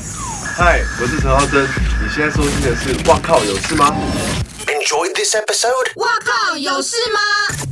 嗨，我是陈浩森，你现在收听的是《哇靠有事吗》。 Enjoyed this episode? 哇靠，有事吗？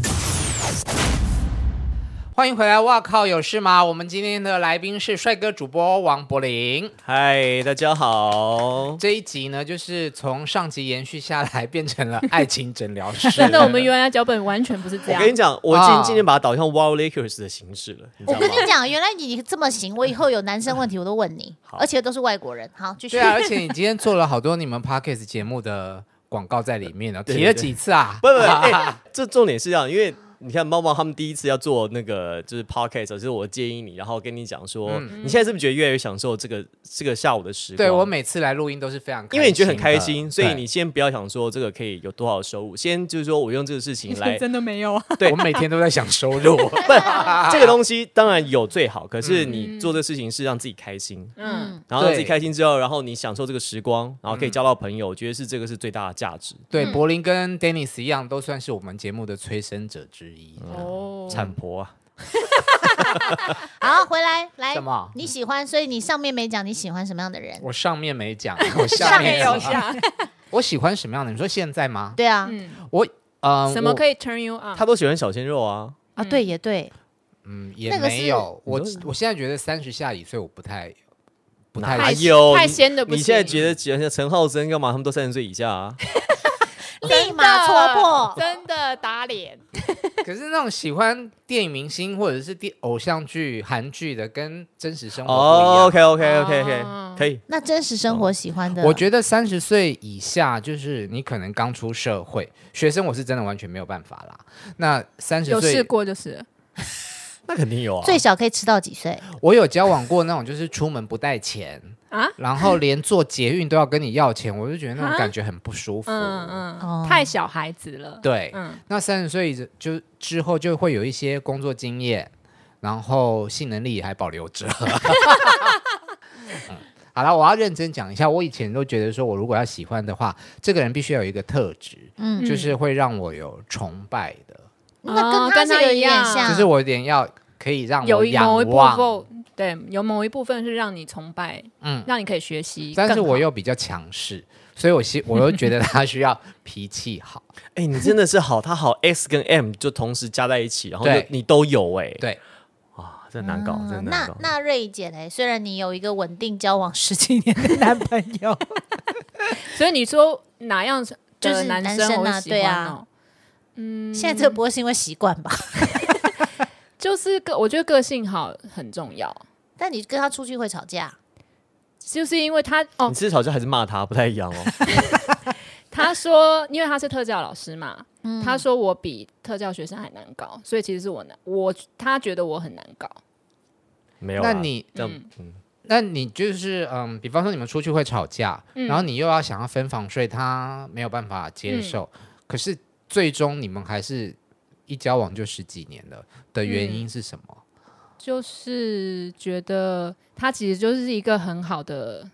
欢迎回来！哇靠，有事吗？我们今天的来宾是帅哥主播王柏林。嗨，大家好。这一集呢，就是从上集延续下来，变成了爱情诊疗室。 真的，我们原来脚本完全不是这我样跟。你讲，我啊今今天把它导向 Wow Lakers 的形式了，你我知道 跟吗你？讲，原来你这么行，我以后有男生问题我都问你，而且都是外国人。好，继续对。啊，而 且你今天做了好多你们 podcast 节目的广告在里面呢、对提了几次啊？不不， 哎，这重点是这样，因为你看猫猫他们第一次要做那个就是 podcast，就是我建议你，然后跟你讲说，你现在是不是觉得越来越享受这个这个下午的时光？嗯对我每次来录音都是非常开心的，因为你觉得很开心，所以对你先不要想说这个可以有多少收入，先就是说我用这个事 情来真的没 有啊？对 我每天都在想收 入。不，这个东西当然有最好，可是嗯你做这事情是让自己开心，嗯，然后让对自己开心之后，然后你享受这个时光，然后可以交到朋友，我觉得是这个是最大的价值。对，柏林跟 Dennis 一样，都算是我们节目的催生者之一。哦，产婆啊，嗯好，回来来什么，你喜欢，所以你上面没讲你喜欢什么样的 人？我上面没讲， 我下面上面有讲。 我喜欢什么样的？你说现在吗？对啊，嗯，我呃，什么我可以 turn you on？她都喜欢小鲜肉啊，啊，对，也对，嗯，也那个没是有。我你说我现在觉得三十下以岁，我不太不太哪太有太仙的不你行现在觉得喜欢陈浩森干嘛？他们都三十岁以下啊，立马戳破。真的打脸。可是那种喜欢电影明星或者是电偶像剧、韩剧的，跟真实生活不一样。哦，OK OK OK OK，哦可以。那真实生活喜欢的，我觉得三十岁以下，就是你可能刚出社会，学生我是真的完全没有办法啦。那三十有试岁，过就是，那肯定有啊，最小可以吃到几岁？我有交往过那种就是出门不带钱啊然后连坐捷运都要跟你要钱，我就觉得那种感觉很不舒服。嗯哦嗯，太小孩子了。对，嗯，那三十岁之就之后就会有一些工作经验，然后性能力也还保留着。 嗯好了，我要认真讲一下，我以前都觉得说，我如果要喜欢的话，这个人必须要有一个特质，嗯，就是会让我有崇拜的，那跟哦他跟是他有一一点样像，就是我有点要可以让有我一仰某一部望，分，对，有某一部分是让你崇拜，嗯，让你可以学习。但是更好我又比较强势，所以我希我又觉 得他需要脾气好，哎，你真的是好，他好 S 跟 M 就同时加在一起，然后就对你都有哎，对，啊，真的难搞，嗯真的难那搞。那瑞姐嘞，虽然你有一个稳定交往十几年的男朋友，所以你说哪样的就是男男生生我啊喜对欢啊哦？现在这不会是因为习惯吧？ 就是个，我觉得个性好很重要，但你跟他出去会吵架，就是因为他哦你，是吵架还是骂他不太一样哦，他说，因为他是特教老师嘛，他说我比特教学生还难搞，所以其实是我难，我他觉得我很难搞。没有啦。那你这样嗯嗯那你就是嗯，比方说你们出去会吵架，嗯然后你又要想要分房睡，他没有办法接受，可是最终你们还是一交往就十几年了的嗯原因是什么？就是觉得他其实就是一个很好的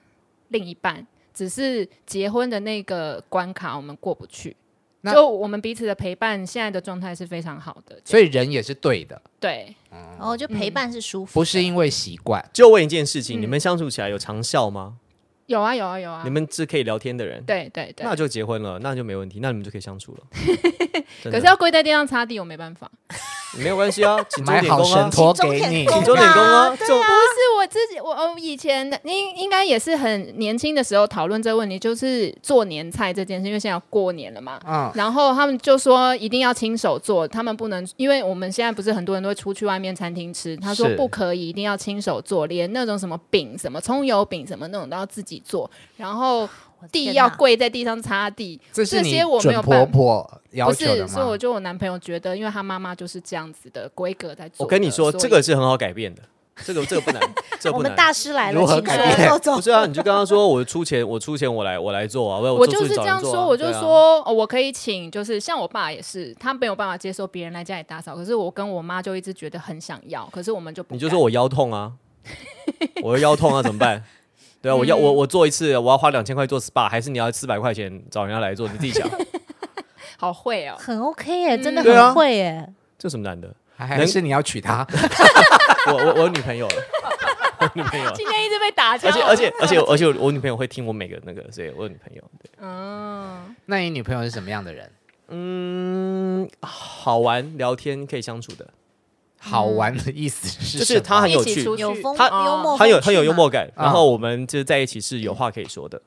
另一半，只是结婚的那个关卡我们过不去。那就我们彼此的陪伴，现在的状态是非常好的。所以人也是对的，对，然后就陪伴是舒服的，不是因为习惯。就问一件事情，嗯你们相处起来有长效吗？有啊有啊有啊，你们是可以聊天的人，对对对那。就结婚了，那就没问题，那你们就可以相处了。真可的是要跪在地上擦地，我没办法。没有关系 啊，请钟买点好工神，啊托给你，请请钟点工啊，就不是我自己，我我以前的应应该也是很年轻的时候讨论这个问题，就是做年菜这件事，因为现在要过年了嘛。嗯，然后他们就说一定要亲手做，他们不能，因为我们现在不是很多人都会出去外面餐厅吃，他说是不可以，一定要亲手做，连那种什么饼、什么葱油饼、什么那种都要自己做，然后我的地天要哪跪在地上擦地，这是你些我没准有婆办法。婆要不求的是，所以我吗？就我男朋友觉得，因为他妈妈就是这样子的规格在做的。我跟你说，所以这个是很好改变的，这个这个不 难，这个我不们难。大师来了，如何请改说变走走不是啊，你就跟他说，我出钱，我出钱，我来，我来做啊，我我做就出去是这找样人做啊说，我就对啊说、哦我可以请，就是像我爸也是，他没有办法接受别人来家里打扫，可是我跟我妈就一直觉得很想要，可是我们就不你就敢说我腰痛 啊，我腰痛啊，怎么办？对啊，我要嗯我我做一次，我要花两千块做 SPA，还是你要四百块钱找人家来做？你自 己想，好会哦， 很 OK 耶，真的嗯对啊很会耶。这有什么难的？还还是你要娶她？ 我我我有女朋友了， 女朋友。今天一直被打 枪而且，而且而且而且我我女朋友会听我每个那个，所以我有女朋友。对，嗯，那你女朋友是什么样的人？嗯，好玩聊天可以相处的，好玩的意思是就什么是她很有一起趣，出有风他幽默，很有很有幽。默感，啊然后我们就是在一起是有话可以说的，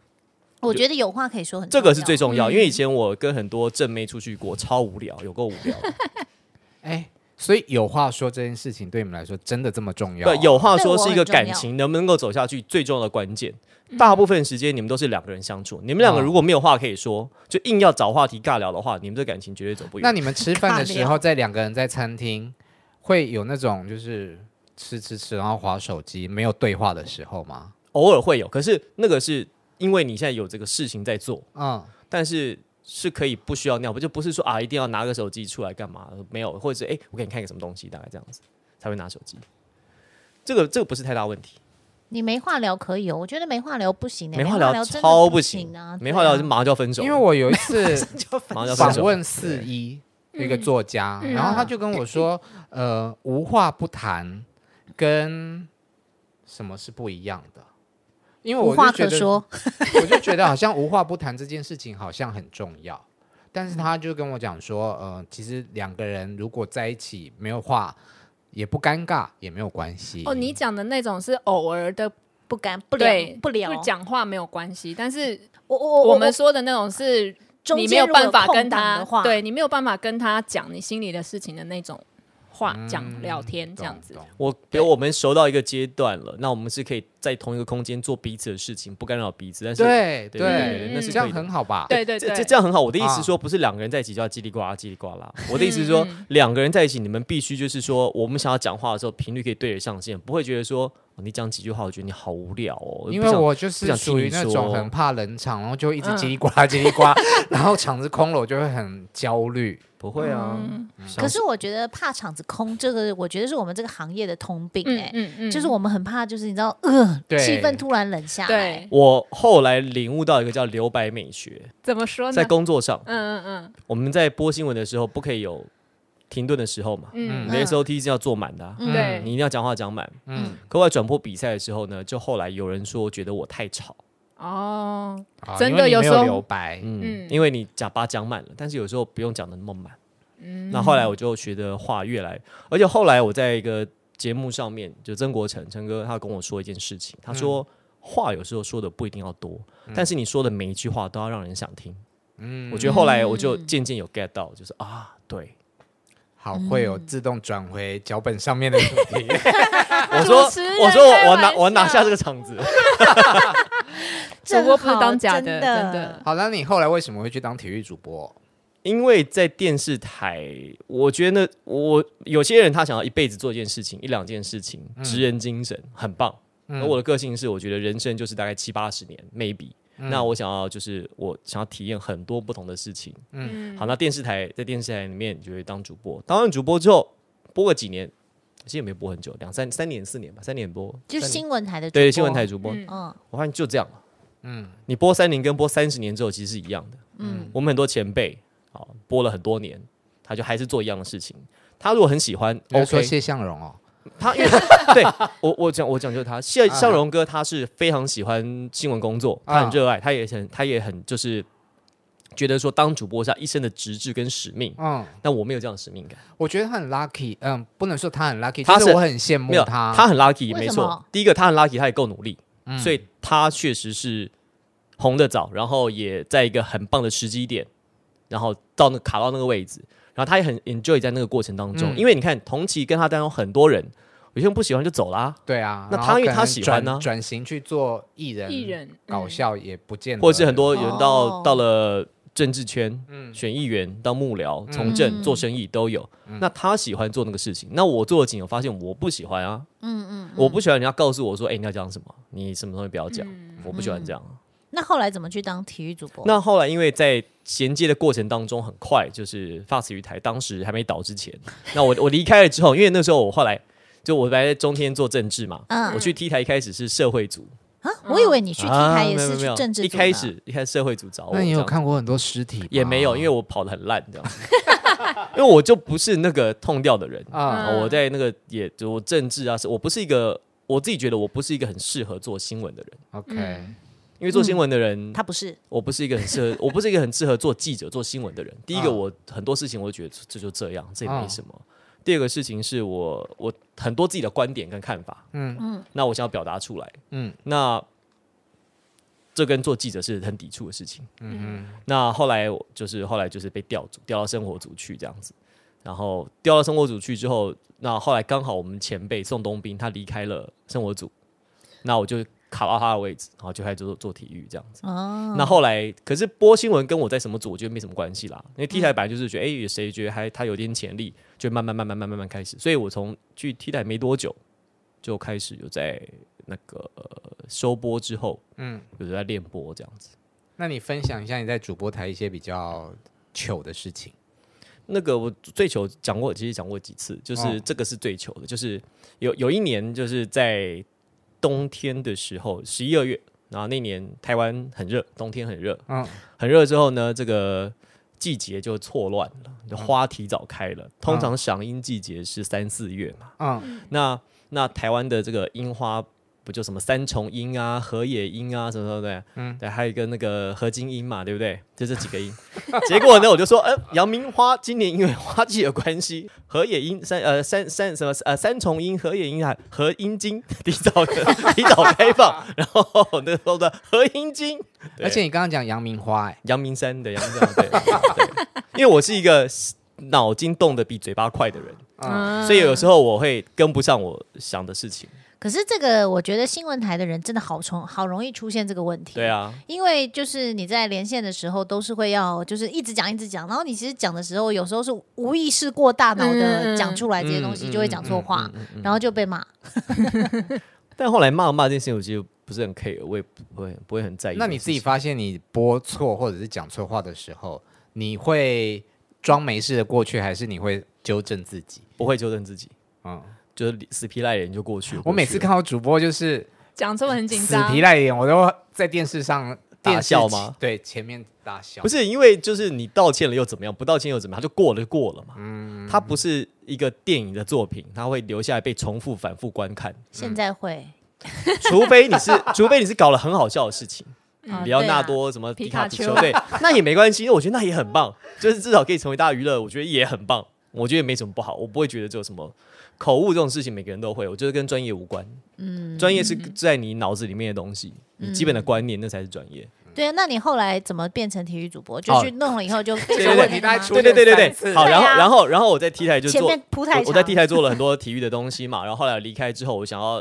我觉得有话可以说很重这要，个是最嗯重要。因为以前我跟很多正妹出去过，超无聊，有够无聊。哎，所以有话说这件事情对你们来说真的这么重要啊？对， 有话对说我是一很个重感要嗯情能不能够走下去最重要的关键。 大部分时间你们都是两个人相处，你们两个嗯如果没有话可以说，就硬要找话题尬聊的话，你们这感情绝对走不那远。你们吃饭的时候，在两个人在餐厅，会有那种就是吃吃吃，然后划手机，没有对话的时候吗？偶尔会有，可是那个是因为你现在有这个事情在做，嗯，但是是可以不需要那样，不就不是说啊一定要拿个手机出来干嘛？没有，或者是哎、我给你看个什么东西，大概这样子才会拿手机。这个这个不是太大问题，你没话聊可以哦，我觉得没话聊不行的，没话聊聊真的超不行啊，没话聊就对啊马上就要分手了，因为我有一次马上就要分访手。问四一一个作家，嗯然后他就跟我说，呃，无话不谈跟什么是不一样的？因为无我话就觉可得说， 我就觉得好像无话不谈这件事情好像很重要，但嗯是他就跟我讲说，呃，其实两个人如果在一起没有话，也不尴尬，也没有关系。哦，你讲的那种是偶尔的，不敢不对聊，不聊就。讲话没有关系，但是我我我们说的那种是中你间没有如果办法碰跟档他的话，，对你没有办法跟他讲你心里的事情的那种话嗯讲聊天这样子懂。懂我比如我们熟到一个阶段了，那我们是可以在同一个空间做彼此的事情，不干扰彼此。但是对对对对对对，那是这样可以的很好吧？对对这对，这这样很好。我的意思啊说，不是两个人在一起就要叽里呱啦叽里呱啦。我的意思是说，两个人在一起，你们必须就是说，我们想要讲话的时候，频率可以对得上线，不会觉得说哦你讲几句话，我觉得你好无聊哦。因不为想我就不是想听属于你那说种很怕冷场，然后就一直嗯叽里呱啦叽里呱啦， 然后场子空了，我就会很焦虑。不会啊。可是我觉得怕场子空，这个我觉得是我们这个行业的通病嗯哎、嗯嗯，就是我们很怕，就是你知道，呃，对气氛突然冷下来对，我后来领悟到一个叫留白美学，怎么说呢？在工作上，嗯嗯我们在播新闻的时候不可以有停顿的时候嘛，嗯你嗯的 SOT 是要做满的啊、嗯，对，你一定要讲话讲满。嗯，课外转播比赛的时候呢，就后来有人说觉得我太吵，哦，啊真因的为你有没时候留白，嗯，嗯因为你讲把讲满了，但是有时候不用讲的那么满。嗯那后来我就学的话越来，而且后来我在一个节目上面，就曾国成陈哥他跟我说一件事情，他说、嗯话有时候说的不一定要多，但是你说的每一句话都要让人想听。嗯，我觉得后来我就渐渐有 get 到，就是啊，对，好会有自动转回脚本上面的主 题。我说啊主持人我说我开我拿玩我拿笑下这个场子，主正播不是好当假真的，的真的，好，那你后来为什么会去当体育主播？因为在电视台，我觉得我有些人他想要一辈子做一件事情，一两件事情，职人精神很棒。而我的个性是，我觉得人生就是大概七八十年，maybe。那我想要就是我想要体验很多不同的事情。嗯，好，那电视台在电视台里面你就会当主播，当完主播之后播个几年，其实也没播很久，两三三年四年吧，三年播，就是三年新闻台的主对播新闻台，主播，嗯嗯，我发现就这样了。嗯，你播三年跟播三十年之后其实是一样的。嗯，我们很多前辈啊播了很多年，他就还是做一样的事情。他如果很喜欢我说，OK，谢向荣哦，他因 为对我我讲我讲就是他谢向荣哥，他是非常喜欢新闻工作，他很热爱，他也很他也很就是觉得说当主播是他一生的职志跟使命。嗯，但我没有这样的使命感，我觉得他很 lucky，嗯，不能说他很 lucky，他就是我很羡慕没有他。他很 lucky，为没什错么。第一个他很 lucky，他也够努力，所以他确实是红的早，然后也在一个很棒的时机点，然后到那卡到那个位置，然后他也很 enjoy 在那个过程当中，嗯因为你看同期跟他当中很多人，有些人不喜欢就走啦、对啊，那然他后因为可他能喜欢转呢转型去做艺人，艺人嗯搞，笑也不见得，或者是很多人到、哦到了政治圈，选议员、当幕僚、从嗯政、做生意都有。那他喜欢做那个事情，那我做了几年，我发现我不喜欢啊，嗯嗯，我不喜欢人家告诉我说，哎、你要讲什么，你什么东西不要嗯讲，嗯我不喜欢这样。那后来怎么去当体育主播？那后来因为在衔接的过程当中，很快就是发词于台，当时还没倒之前，那我我离开了之后，因为那时候我后来。就我本来在中天做政治嘛，嗯我去 T 台一开始是社会组，啊，我以为你去 T 啊台也没有是没有没去有政治组一呢，开始一开始社会组找我，那你这有样看啊过很多尸体吗？也没有，因为我跑得很烂，这样， 因为我就不是那个痛掉的人啊、嗯嗯啊我在那个也就我政治啊，是我不是一个我自己觉得我不是一个很适合做新闻的人， OK，、嗯因为嗯做新闻的人，他不是，我不是一个很适 合，我不是一个很适合做记者、做新闻的人。第一啊个，我很多事情我觉得这这就这样，这也啊没什么。第二个事情是我我很多自己的观点跟看法，嗯嗯嗯，那我想要表达出来，嗯嗯，那这跟做记者是很抵触的事情，嗯嗯。那后来我就是后来就是被调组，调到生活组去这样子，然后调到生活组去之后，那后来刚好我们前辈宋东兵他离开了生活组，那我就卡到他的位置，然后就开始做做体育这样子。哦，那后来，可是播新闻跟我在什么组，我觉得没什么关系啦。因为 T 台本来就是觉得，哎、有谁觉得还他有点潜力，就慢慢慢慢慢慢慢慢开始。所以我从去 T 台没多久，就开始有在那个、呃收播之后，嗯，有在练播这样子。那你分享一下你在主播台一些比较糗的事情。那个我最糗讲过，其实讲过几次，就是、哦这个是最糗的，就是有有一年就是在冬天的时候，十一二月，然后那年台湾很热，冬天很热，嗯很热之后呢，这个季节就错乱了，嗯就花提早开了。通常赏樱季节是三四月嘛，嗯那那台湾的这个樱花不就什么三重樱啊、河野樱啊什么什么的，嗯，对，还有一个那个河津樱嘛，对不对？就这几个樱。 结果呢，我就说，呃，阳明花今年因为花季的关系，河野樱三呃三三什么呃三重樱、河野樱啊、河樱津 提早提早开放，然后那个时候的河樱津，对而且你刚刚讲杨明花、哎，阳明山的阳明山，对对，因为我是一个脑筋动得比嘴巴快的人，啊嗯所以有时候我会跟不上我想的事情。可是这个我觉得新闻台的人真的好重，好容易出现这个问题。对。啊，因为就是你在连线的时候，都是会要就是一直讲一直讲，然后你其实讲的时候，有时候是无意识过大脑的嗯讲出来这些东嗯西，嗯就会讲错话嗯嗯嗯嗯，嗯然后就被骂。但后来骂不骂这件事情，我其实不是很 care，我也不不会不会很在意这那件事情。你自己发现你播错或者是讲错话的时候，你会装没事的过去，还是你会纠正自己？不会纠正自己，嗯，就是死皮赖脸就过去了。我每次看到主播就是讲错很紧死张皮，赖脸，我都在电视上大电视笑机吗对，前面大笑不。是因为就是你道歉了又怎么样，不道歉又怎么样，他就过了就过了嘛。嗯它不是一个电影的作品，它会留下来被重复反复观看，现在会，除 非你是除非你是搞了很好笑的事情。嗯里奥对啊纳多什么皮皮卡卡丘丘，对， 那也没关系，因为我觉得那也很棒，就是至少可以成为大家娱乐，我觉得也很棒，我觉得也没什么不好，我不会觉得这有什么口误这种事情，每个人都会，我觉得跟专业无关，嗯，专业是在你脑子里面的东西，你基嗯本的观念那才是专业。对啊，那你后来怎么变成体育主播？就哦去弄了以后就被对说问对对题大吗家？出对对对对出现三次对，好，对啊然后然后然后我在 T 台就前做面铺太我我在 T 长台做了很多体育的东西嘛，然后后来离开之后，我想要，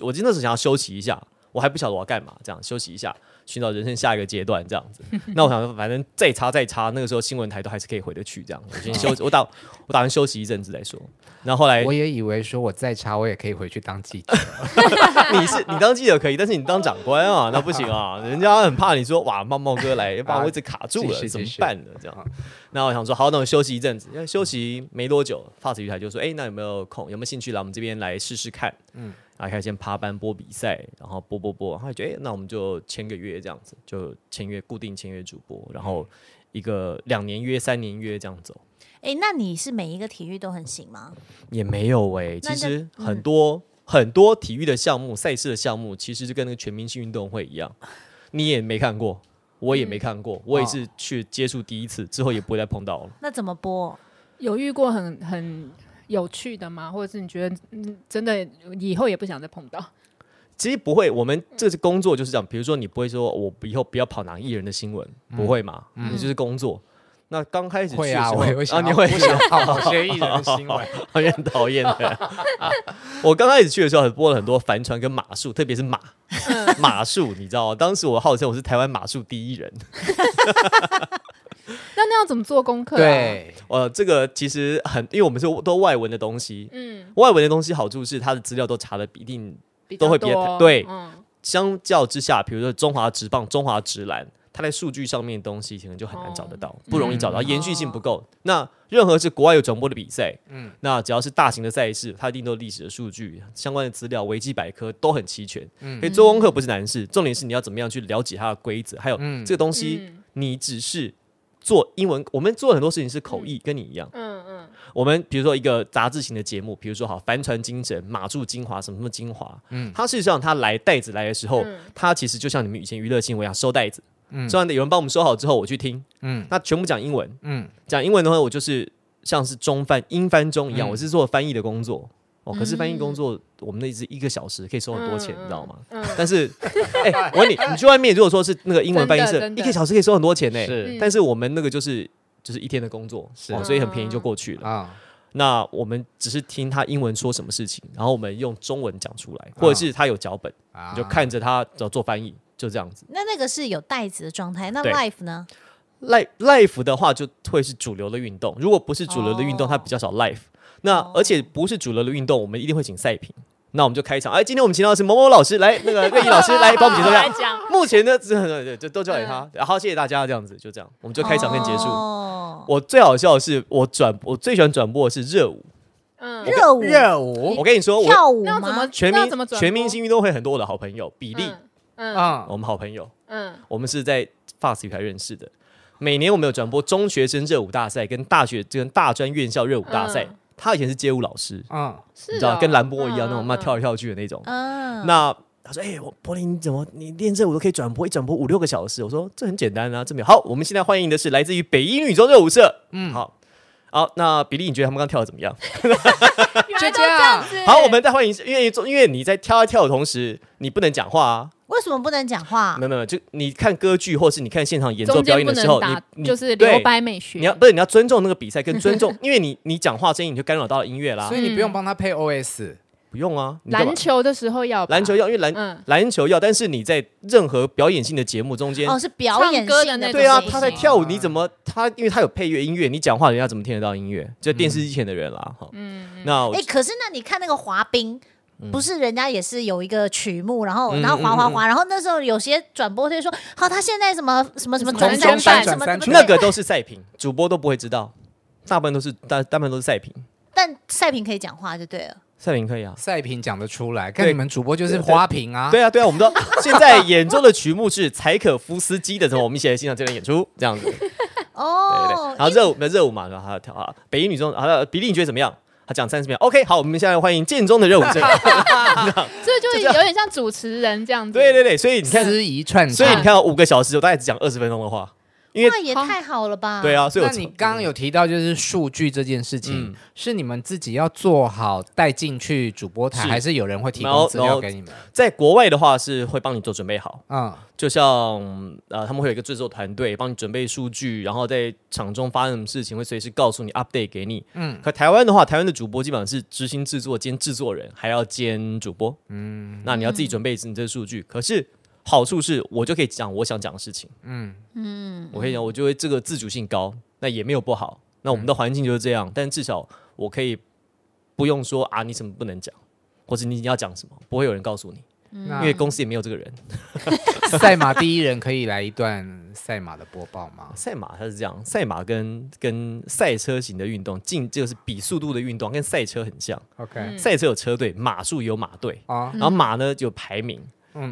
我那时候想要休息一下，我还不晓得我要干嘛，这样休息一下，寻找人生下一个阶段这样子。那我想说，反正再差再差，那个时候新闻台都还是可以回得去这样。我先休，我打我打算休息一阵子再说。然后后来我也以为说我再差，我也可以回去当记 者。你是你当记者可以，但是你当长官 啊，那不行啊，人家很怕你说哇，茂茂哥来把我一直卡住啊继了，续怎么继续办呢？这样，啊那我想说好，那我休息一阵子，因为休息没多久，发子鱼台就说，哎，那有没有空，有没有兴趣来我们这边来试试看？嗯，然后开始先爬班播比赛，然后播播播，然后觉得哎，那我们就签个约这样子，就签约固定签约主播，然后嗯一个两年约、三年约这样走。哎，那你是每一个体育都很行吗？也没有哎、那嗯其就实很多、很多体育的项目、赛事的项目，其实就跟那个全明星运动会一样，你也没看过，我也嗯没看过，我也哦是去接触第一次，之后也不会再碰到了。那怎么播？有遇过很很有趣的吗？或者是你觉得嗯真的以后也不想再碰到？ 其实不会，我们这是工作就是这样。比如说，你不会说我以后不要跑哪艺人的新闻，嗯不会嘛？你就是工作。那刚开始去的会 时啊，候我也会想啊，要，你会我想要好学艺人的新 闻。好像很讨厌的。我刚开始去的时候，播了很多帆船跟马术，特别 是马马术，你知道吗？当时我号称我是台湾马术第一人。那那要怎么做功课、啊？，对，呃，这个其实很，因为我们是都外文的东西，嗯，外文的东西好处是它的资料都查的一定比都较会比较多对嗯，相较之下，比如说中华职棒、中华职篮，它在数据上面的东西可能就很难找得到，不容易找到，延续性不够。那任何是国外有转播的比赛，嗯，那只要是大型的赛事，它一定都有历史的数据、相关的资料、维基百科都很齐全。所以做功课不是难事，重点是你要怎么样去了解它的规则，还有这个东西，嗯你只是。做英文，我们做很多事情是口译，跟你一样。嗯嗯，我们比如说一个杂志型的节目，比如说好帆船精神、马柱精华什么什么精华，嗯，它事实上它来袋子来的时候，嗯它其实就像你们以前娱乐新闻一样收袋子，嗯，收完有人帮我们收好之后，我去听，嗯嗯，那全部讲英文，嗯嗯，讲英文的话，我就是像是中翻英翻中一样，嗯我是做翻译的工作。哦，可是翻译工作，我们那是一个小时可以收很多钱，嗯你知道吗？嗯但是，哎、我问你，你去外面如果说是那个英文翻译真的社，真的一个小时可以收很多钱呢、是嗯但是我们那个就是就是一天的工作，是哦，所以很便宜就过去了。啊，那我们只是听他英文说什么事情，然后我们用中文讲出来，或者是他有脚本，啊你就看着他做做翻译，就这样子。那那个是有袋子的状态，那对 life 呢？ life life 的话，就会是主流的运动。如果不是主流的运动，哦它比较少 life。那而且不是主流的运动，我们一定会请赛评。那我们就开场，哎，今天我们请到的是某某老师来，那个瑞怡老师来帮我们解 说一来下。讲，目前呢，只对就都交给他，然后谢谢大家，这样子就这样，我们就开场跟结束。哦，我最好笑的是，我转我最喜欢转播的是热舞。嗯，热舞热舞我跟你说，哦我跳舞那要怎么吗？全那要明怎么转播全明星运动会很多我的好朋友比利，嗯，嗯啊我们好朋友，嗯，我们是在 Fast 台认识的。每年我们有转播中学生热舞大赛跟大学跟大专院校热舞大赛。嗯他以前是街舞老师，啊是哦嗯你知道，跟蓝兰波一样那种嘛跳来跳去的那种。嗯，那他说：“哎、我柏林，你怎么你练热舞都可以转播，一转播五六个小时？”我说：“这很简单啊，这没有。”好，我们现在欢迎的是来自于北一女中热舞社。嗯，好。好，那比利，你觉得他们刚跳的怎么样？就这样子。好，我们再欢迎，因为因为你在跳一跳的同时，你不能讲话啊，为什么不能讲话啊没？有没有，就你看歌剧或是你看现场演奏中表演间不的能时候，打你你就是对留白美学，你要不是你要尊重那个比赛，跟尊重，因为你你讲话声音你就干扰到了音乐 啦嗯所。以你不用帮他配 OS 不用啊，你干嘛篮球的时候要吧篮球要，因为篮、嗯篮球要，但是你在任何表演性的节目中间，哦，是表演唱歌的性那种对啊，不行他在跳舞，你怎么他因为他有配乐音乐，你讲话人家怎么听得到音乐？就电视机前的人啦，哈、嗯，嗯那我哎、可是那你看那个滑冰，不是人家也是有一个曲目，然后嗯然后滑滑嗯嗯滑，然后那时候有些转播就说，好，他现在什么什么什么什么转安三全圈版什么转什么三圈那个都是赛评，主播都不会知道，大部分都是大大部分都是赛评，但赛评可以讲话就对了。赛评可以啊。赛评讲得出来，看对你们主播就是花瓶啊，对啊，对啊，我们都现在演奏的曲目是柴可夫斯基的，什么？我们一起来欣赏这段演 出，这样子。对对对哦，。然后热舞，那热舞嘛，然后还有跳啊，北一女中，啊，比利你觉得怎么样？他讲三十秒，OK，好，我们现在欢迎建中的热舞社。这就有点像主持人这样 子。对对对，所以你看，司仪串场所以你看到五个小时，我大概只讲二十分钟的话，因为那也太好了吧？对，啊，所以那我嗯你刚刚有提到就是数据这件事情，是你们自己要做好带进去主播台，是还是有人会提然后供资料然后给你们？在国外的话是会帮你做准备好，嗯，就像呃，他们会有一个制作团队帮你准备数据，然后在场中发生什么事情会随时告诉你 update 给你。嗯，可台湾的话，台湾的主播基本上是执行制作兼制作人，还要兼主播。嗯，那你要自己准备你这数据，可是。好处是我就可以讲我想讲的事情，嗯嗯，我可以讲，我就会这个自主性高，那也没有不好。那我们的环境就是这样，但至少我可以不用说啊，你怎么不能讲，或者你要讲什么，不会有人告诉你，因那为公司也没有这个人。赛马第一人可以来一段赛马的播报 吗？赛马它是这样，赛马跟跟赛车型的运动，竞就是比速度的运动，跟赛车很像。嗯 OK 赛车有车队，马术有马队，啊，嗯然后马呢就有排名。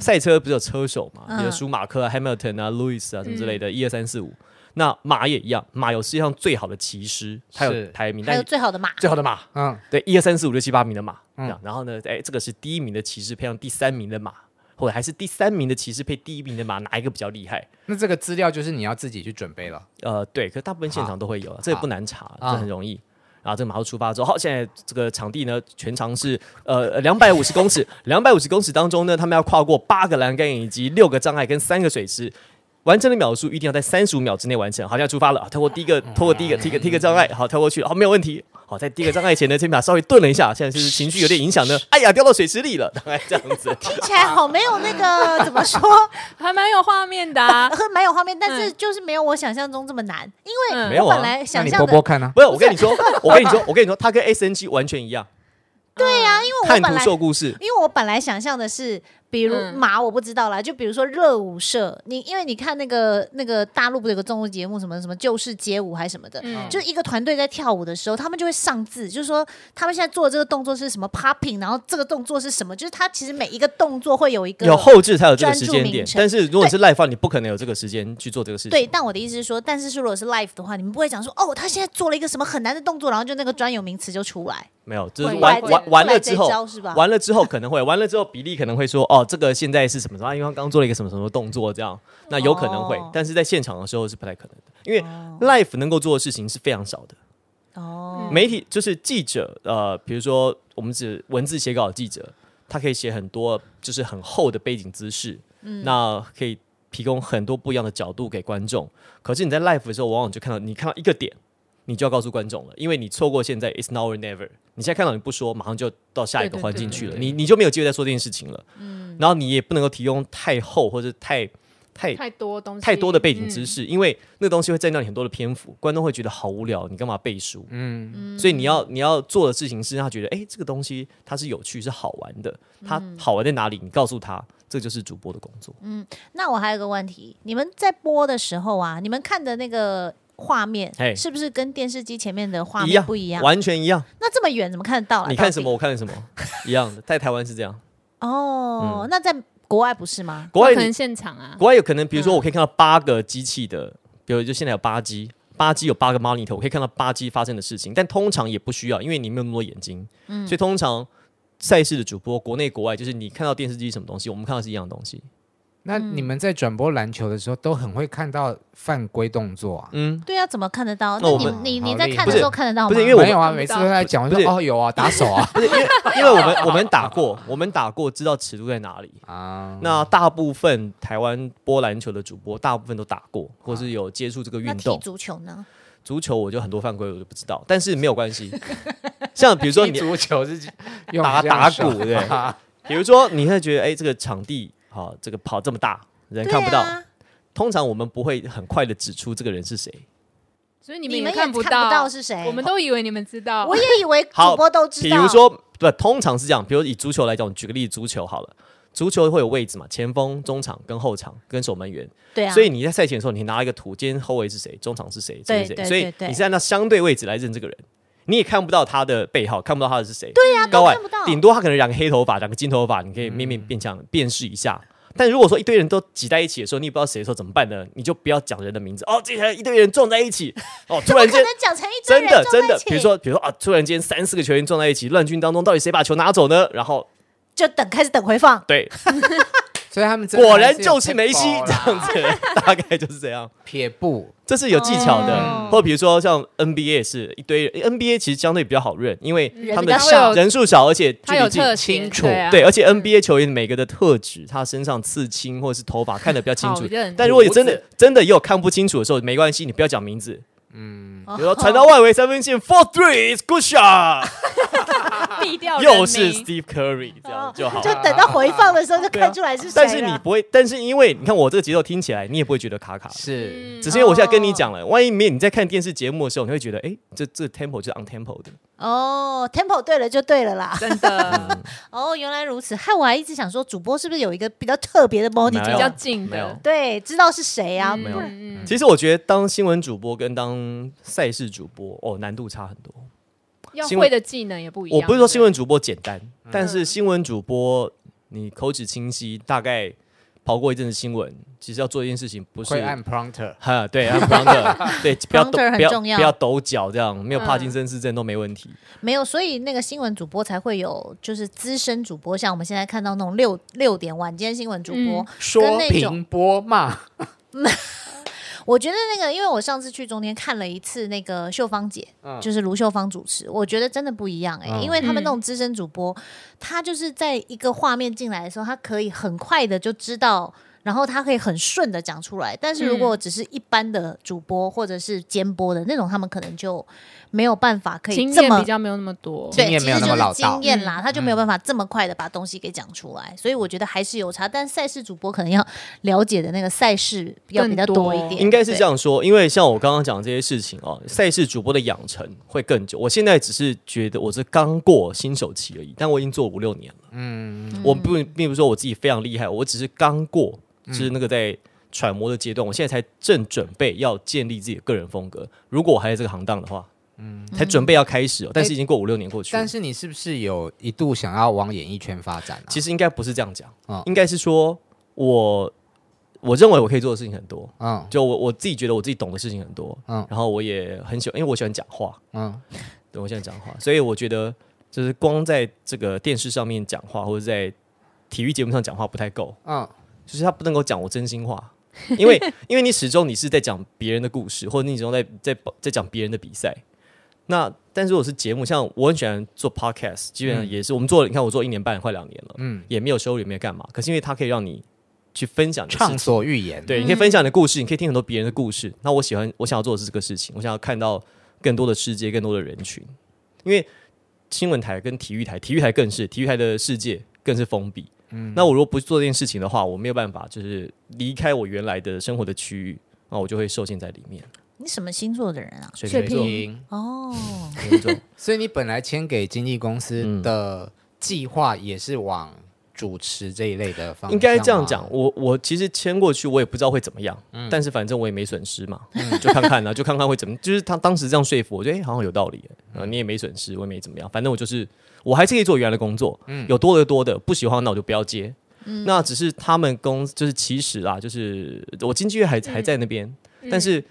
赛车不是有车手嗯嘛？比如舒马克啊、Hamilton 啊、Lewis 啊什么之类的，一二三四五。那马也一样，马有世界上最好的骑师，它是有排名，还但有最好的马，最好的马，嗯，对，一二三四五六七八名的马，这样然后呢，哎，这个是第一名的骑士配上第三名的马，或者还是第三名的骑士配第一名的马，哪一个比较厉害？那这个资料就是你要自己去准备了。呃，对，可是大部分现好场都会有啊，这个好不难查，这啊很容易。然后这个马后出发之后，好，现在这个场地呢，全长是呃两百五十公尺，两百五十公尺当中呢，他们要跨过八个栏杆以及六个障碍跟三个水池。完成的秒数预定要在三十五秒之内完成。好，现在出发了，啊跳过第一个，透过第一个，第一个，第一个障碍，好，跳过去了，好，没有问题。好，在第一个障碍前呢，这马稍微顿了一下，现在就是情绪有点影响呢，哎呀，掉到水池里了，大概这样 子。听起来好没有那 个怎么说，还蛮有画面 的啊。很蛮有画面，但是就是没有我想象中这么难，因嗯没为有我啊本来那想你象播的播看啊，不是，我跟你说，我跟你说，我跟你说，它跟 S N G 完全一样，嗯对呀，因为我看本图来说故事。因为我本来想象的是，比如嗯马我不知道啦，就比如说热舞社，你因为你看那个那个大陆不是有个综艺节目，什么什么就是街舞还是什么的，嗯就一个团队在跳舞的时候，他们就会上字，就是说他们现在做的这个动作是什么 popping，然后这个动作是什么，就是他其实每一个动作会有一个有后置才有这个时间专注名点，称但是如果是 live 放，你不可能有这个时间去做这个事情。对，，但我的意思是说，但是是如果是 live 的话，你们不会讲说哦，他现在做了一个什么很难的动作，然后就那个专有名词就出来，没有，就是会玩来这玩完会来了这之一后招是吧，完了之后可能会，完了之后比例可能会说，哦，这个现在是什么什么，啊因为他刚做了一个什么什么动作，这样，那有可能会哦，但是在现场的时候是不太可能的，因为 live 能够做的事情是非常少的。哦，嗯嗯媒体就是记者，呃，比如说我们指文字写稿的记者，他可以写很多，就是很厚的背景资讯，嗯那可以提供很多不一样的角度给观众。可是你在 live 的时候，往往就看到你看到一个点，你就要告诉观众了，因为你错过现在，it's now or never。你现在看到你不说，马上就到下一个对对环境去了，对对嗯你你就没有机会再说这件事情了。然后你也不能够提供太厚或者太太太多东西，哎嗯太嗯多的背景知识，识，因为那东西会占掉你很多的篇幅，观众会觉得好无聊，你干嘛背书？嗯，所以你要你要做的事情是让他觉得，哎、这个东西它是有趣，是好玩的，它好玩在哪里？你告诉他，这就是主播的工作。那我还有个问题，你们在播的时候啊，你们看的那个画面嘿是不是跟电视机前面的画一面样不一样？完全一样。那这么远怎么看得到啊？你到看底什么，？我看什么，一样的。在台湾是这样，哦，嗯那在国外不是吗？国可外能你现场啊，国外有可能，比如说我可以看到八个机器的，比如就现在有八机。八机有八个 monitor，我可以看到八机发生的事情，但通常也不需要，因为你没有那么多眼睛，所以通常赛事的主播，国内国外，就是你看到电视机是什么东西，我们看到是一样的东西。那你们在转播篮球的时候，都很会看到犯规动作啊？ 嗯，对啊，怎么看得到？那那我你你们好你在厉看害的时候看得到吗？不是因为我没有啊，看不每次到都在讲，我就不说是哦有啊，打手啊不是因为因为我们我们打过，我们打过，知道尺度在哪里。啊， 那大部分台湾播篮球的主播，大部分都打过，或是有接触这个运那踢动。足球呢？足球我就很多犯规，我就不知道，但是没有关 系。像比如说 踢你足球是用打这样打手鼓对，比如说你会觉得哎、这个场地好、这个跑这么大，人看不到。对啊通常我们不会很快的指出这个人是谁。所以你你们们也看不到到是谁？我们都以为你们知道，我也以为主好播都知比道。如说，不，通常是这样。比如以足球来讲，我们举个例子，足球好了，足球会有位置嘛，前锋、中场跟后场跟守门员。对啊，所以你在赛前的时候，你拿一个图，今天后卫是谁，中场是谁，对谁是对谁，所以对对你是按照相对位置来认这个人，你也看不到他的背号，看不到他的是谁，对啊，高都矮看不到，顶多他可能染个黑头发，染个金头发，你可以面面辨相辨识一下。但如果说一堆人都挤在一起的时候，你也不知道谁的时候怎么办呢？你就不要讲人的名字哦，这些人一堆人撞在一起， 哦，突然可间能讲成一堆真人的撞真在的一，起比如说比如说啊，突然间三四个球员撞在一起，乱军当中，到底谁把球拿走呢？然后就等开始等回放。 对，所以他们真的果然还有就是梅西啊 football 这啦样子，大概就是这样。撇步，这是有技巧的，哦或比如说像 NBA 是一堆人，NBA 其实相对比较好认，因为人他们比较少人数少，而且距他有离近，特清写楚对啊对，而且 NBA 球员每个的特质，他身上刺青或者是头发看得比较清楚好认。但如果你真胡的真的也有看不清楚的时候，没关系，你不要讲名字，比哦比如说传到外围三分线 four three is good shot，避掉人名哦又是 Steve Curry 这样就好就。等到回放的时候就看出来是谁啊但了。是你不会，但是因为你看我这个节奏听起来，你也不会觉得卡卡的。是只是因为我现在跟你讲了，万一没有你在看电视节目的时候，你会觉得，哎、这这 tempo 就是 on tempo 的。哦，tempo 对了就对了啦。真嗯的哦，原来如此，害我还一直想说，主播是不是有一个比较特别的 body 没比有较近没有的，对，知道是谁啊？没有不然嗯嗯其实我觉得当新闻主播跟当赛事主播，哦，难度差很多。嗯要新会闻的技能也不一样。我不是说新对闻主播简单，但是新闻主播你口齿清晰，大概跑过一阵子新闻，其实要做一件事情不是会。按 prompter，哈，对，按 prompter，对，不要抖 Prompter 很不要重要不要抖脚，这样没有帕金森氏症都没问题。没有，所以那个新闻主播才会有，就是资深主播，像我们现在看到那种六六点晚间新闻主播，嗯说那种评播骂，我觉得那个，因为我上次去中天看了一次那个秀芳姐，嗯就是卢秀芳主持，我觉得真的不一样哎、嗯因为他们那种资深主播，他就是在一个画面进来的时候，他可以很快的就知道。然后他可以很顺的讲出来，但是如果只是一般的主播或者是监播的那种，他们可能就没有办法可以经这验么比较没有那么多。经对，验其没有实那就么是老经道验啦，他就没有办法这么快的把东西给讲出来，所以我觉得还是有差。但赛事主播可能要了解的那个赛事要比较更多多一点，应该是这对。样说，因为像我刚刚讲这些事情哦，赛事主播的养成会更久。我现在只是觉得我是刚过新手期而已，但我已经做五六年了。嗯，我不并不是说我自己非常厉害，我只是刚过，就是那个在揣摩的阶段。我现在才正准备要建立自己的个人风格。如果我还在这个行当的话，嗯，才准备要开始、哦，但是已经过五六年过去了。但是你是不是有一度想要往演艺圈发展啊？其实，实应该不是这样讲，嗯应该是说我我认为我可以做的事情很多，嗯就我我自己觉得我自己懂的事情很多，嗯然后我也很喜欢，因为我喜欢讲话，嗯，对我喜欢讲话，所以我觉得就是光在这个电视上面讲话，或者在体育节目上讲话不太够，嗯，就是他不能够讲我真心话，因 为因为你始终你是在讲别人的故事，或者你始终在在在讲别人的比赛。那但是我是节目，像我很喜欢做 podcast，基嗯本上也是、我们做了，你看我做一年半快两年了，嗯，也没有收入，也没有干嘛，可是因为它可以让你去分享你的事畅情，所欲言。对，你可以分享你的故事，你可以听很多别人的故事。那我喜欢，我想要做的是这个事情，我想要看到更多的世界，更多的人群。因为新闻台跟体育台，体育台更是体育台的世界更是封闭。嗯，那我如果不做这件事情的话，我没有办法，就是离开我原来的生活的区域，那我就会受限在里面。你什么星座的人啊？水水瓶座，瓶瓶哦，水瓶座，所以你本来签给经纪公司嗯的计划也是往主持这一类的方向吗，应该这样讲。我我其实签过去，我也不知道会怎么样，但是反正我也没损失嘛，就看看啦、啊就看看会怎么。就是他当时这样说服我，我觉得哎、诶好像有道理耶、啊、你也没损失，我也没怎么样，反正我就是我还是可以做原来的工作，有多的就多的，不喜欢那我就不要接。嗯那只是他们公就是其实啊，就是我经纪人还嗯还在那边，但是。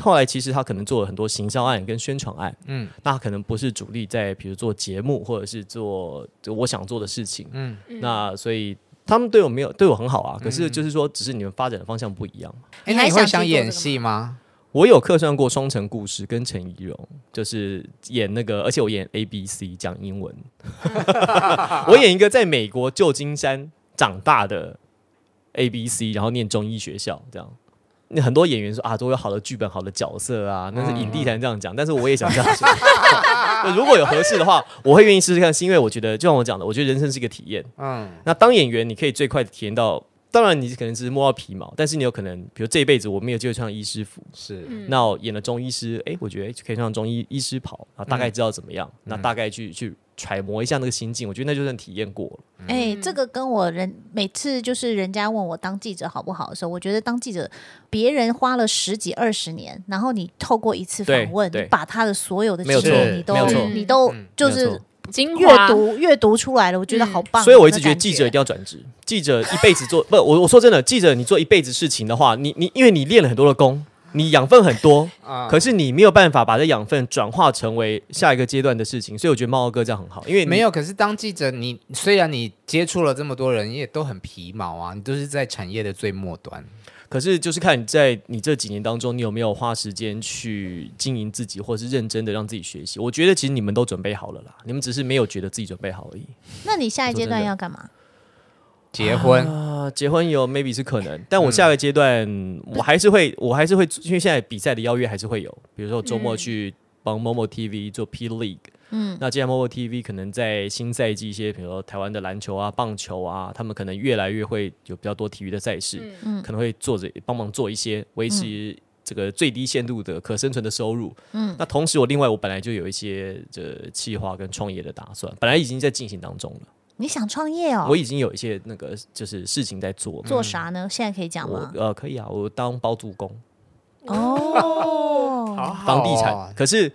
后来其实他可能做了很多行销案跟宣传案，嗯，那他可能不是主力在，比如做节目或者是做就我想做的事情，嗯，那所以他们对我没有对我很好啊，可是就是说，只是你们发展的方向不一样嘛。诶，你那还哎你会想想去做演这个戏吗？我有客串过《双城故事》跟陈怡蓉，就是演那个，而且我演 A B C 讲英文， 我演一个在美国旧金山长大的 A B C，然后念中医学校这样。那很多演员说啊，都有好的剧本、好的角色啊，那是影帝才能这样讲，但是我也想这样说。 那如果有合适的话，我会愿意试试看，是因为我觉得，就像我讲的，我觉得人生是一个体验。嗯，那当演员，你可以最快的体验到，当然你可能只是摸到皮毛，但是你有可能，比如这一辈子我没有机会穿医师服，嗯是，那我演了中医师，哎，我觉得可以上中医医师袍，啊，大嗯概知道怎么样，那大概去去揣摩一下那个心境，我觉得那就算体验过了。哎、这个跟我人每次就是人家问我当记者好不好的时候，我觉得当记者，别人花了十几二十年，然后你透过一次对访问，对你把他的所有的没有经错验，你都没有错你都就没有是错精阅华读阅读出来了，我觉得嗯好棒。啊所以我一直那觉得感记者一定要转职，记者一辈子做不，我我说真的，记者你做一辈子事情的话，你你因为你练了很多的功，你养分很 多，啊可是你没有办法把这养分转化成为下一个阶段的事情，所以我觉得猫哥这样很好，因为你没有。可是当记者，你虽然你接触了这么多人，你也都很皮毛啊，你都是在产业的最末端。可是就是看你在你这几年当中，你有没有花时间去经营自己，或是认真的让自己学习。我觉得其实你们都准备好了啦，你们只是没有觉得自己准备好而已。那你下一说阶真段的要干嘛？结婚，啊，结婚有 maybe 是可能，但我下个阶段、我还是会，我还是会，因为现在比赛的邀约还是会有，比如说我周末去帮 Momo TV 做 P League，嗯，那接下来 Momo TV 可能在新赛季一些，比如说台湾的篮球啊、棒球啊，他们可能越来越会有比较多体育的赛事，嗯可能会做着帮忙做一些维持。这个最低限度的可生存的收入，嗯，那同时我另外我本来就有一些这计划跟创业的打算，本来已经在进行当中了，你想创业哦？我已经有一些那个就是事情在做了，做啥呢？现在可以讲我吗？呃可以啊，我当包租公，哦， 好好房地产。哦可是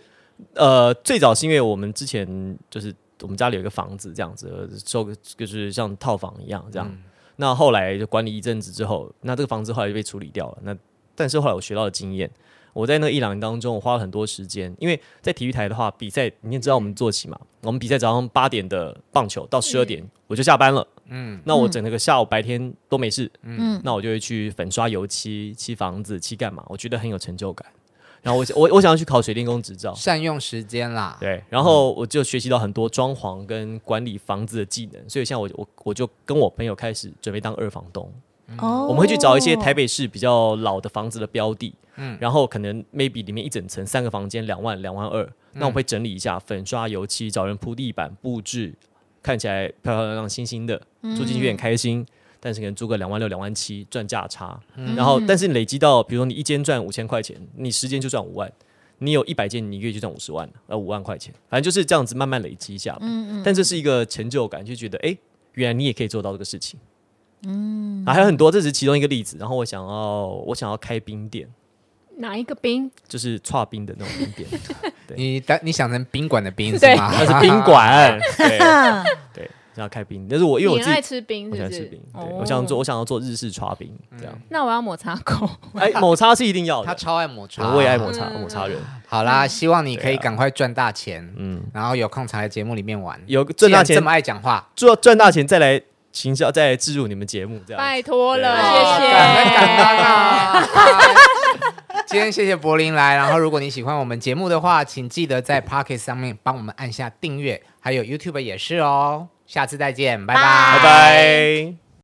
呃，最早是因为我们之前就是我们家里有一个房子这样子，呃收就是像套房一样这样。那后来就管理一阵子之后，那这个房子后来就被处理掉了。那但是后来我学到的经验，我在那一两年当中，我花了很多时间，因为在体育台的话，比赛你也知道我们作息嘛，我们比赛早上八点的棒球到十二点、我就下班了。嗯，那我整个下午白天都没事，嗯，那我就会去粉刷油漆、漆房子、漆干嘛，我觉得很有成就感。然后我我我想要去考水电工执照，善用时间啦，对，然后我就学习到很多装潢跟管理房子的技能，所以像我我我就跟我朋友开始准备当二房东，哦，我们会去找一些台北市比较老的房子的标的，嗯然后可能 maybe 里面一整层三个房间两万两万二，那我会整理一下，粉刷油漆，找人铺地板布置，看起来漂漂亮亮、新新的，住进去很开心。但是可能租个两万六、两万七赚价差，然后但是你累积到，比如说你一间赚五千块钱，你十间就赚五万，你有一百件，你一个月就赚五十万，呃，五万块钱，反正就是这样子慢慢累积一下。嗯嗯。但这是一个成就感，就觉得哎、诶原来你也可以做到这个事情。嗯。啊，还有很多，这只是其中一个例子。然后我想要，我想要开冰店，哪一个冰？就是串冰的那种冰店， 你当你想成宾馆的宾是对吗？ 那是宾 馆。对对，想要开冰，但是我因为我你自很爱己。吃冰我是喜欢不是？哦吃冰，对我想做，我想要做日式串冰这样。那我要抹茶狗。哎，抹茶是一定要嗯他的，超爱抹茶，我也爱抹嗯茶，抹茶人。好啦，希望你可以对啊赶快赚大钱，嗯，然后有空常来节目里面玩。有赚大既钱然这么爱讲 话，赚赚大钱再来行销，再来置入你们节目这样。拜托了，对谢谢。感恩感恩啊！ 今天谢谢柏林来，然后如果你喜欢我们节目的话，请记得在 Pocket 上面帮我们按下订阅，还有 YouTube 也是哦。下次再见，拜拜拜拜。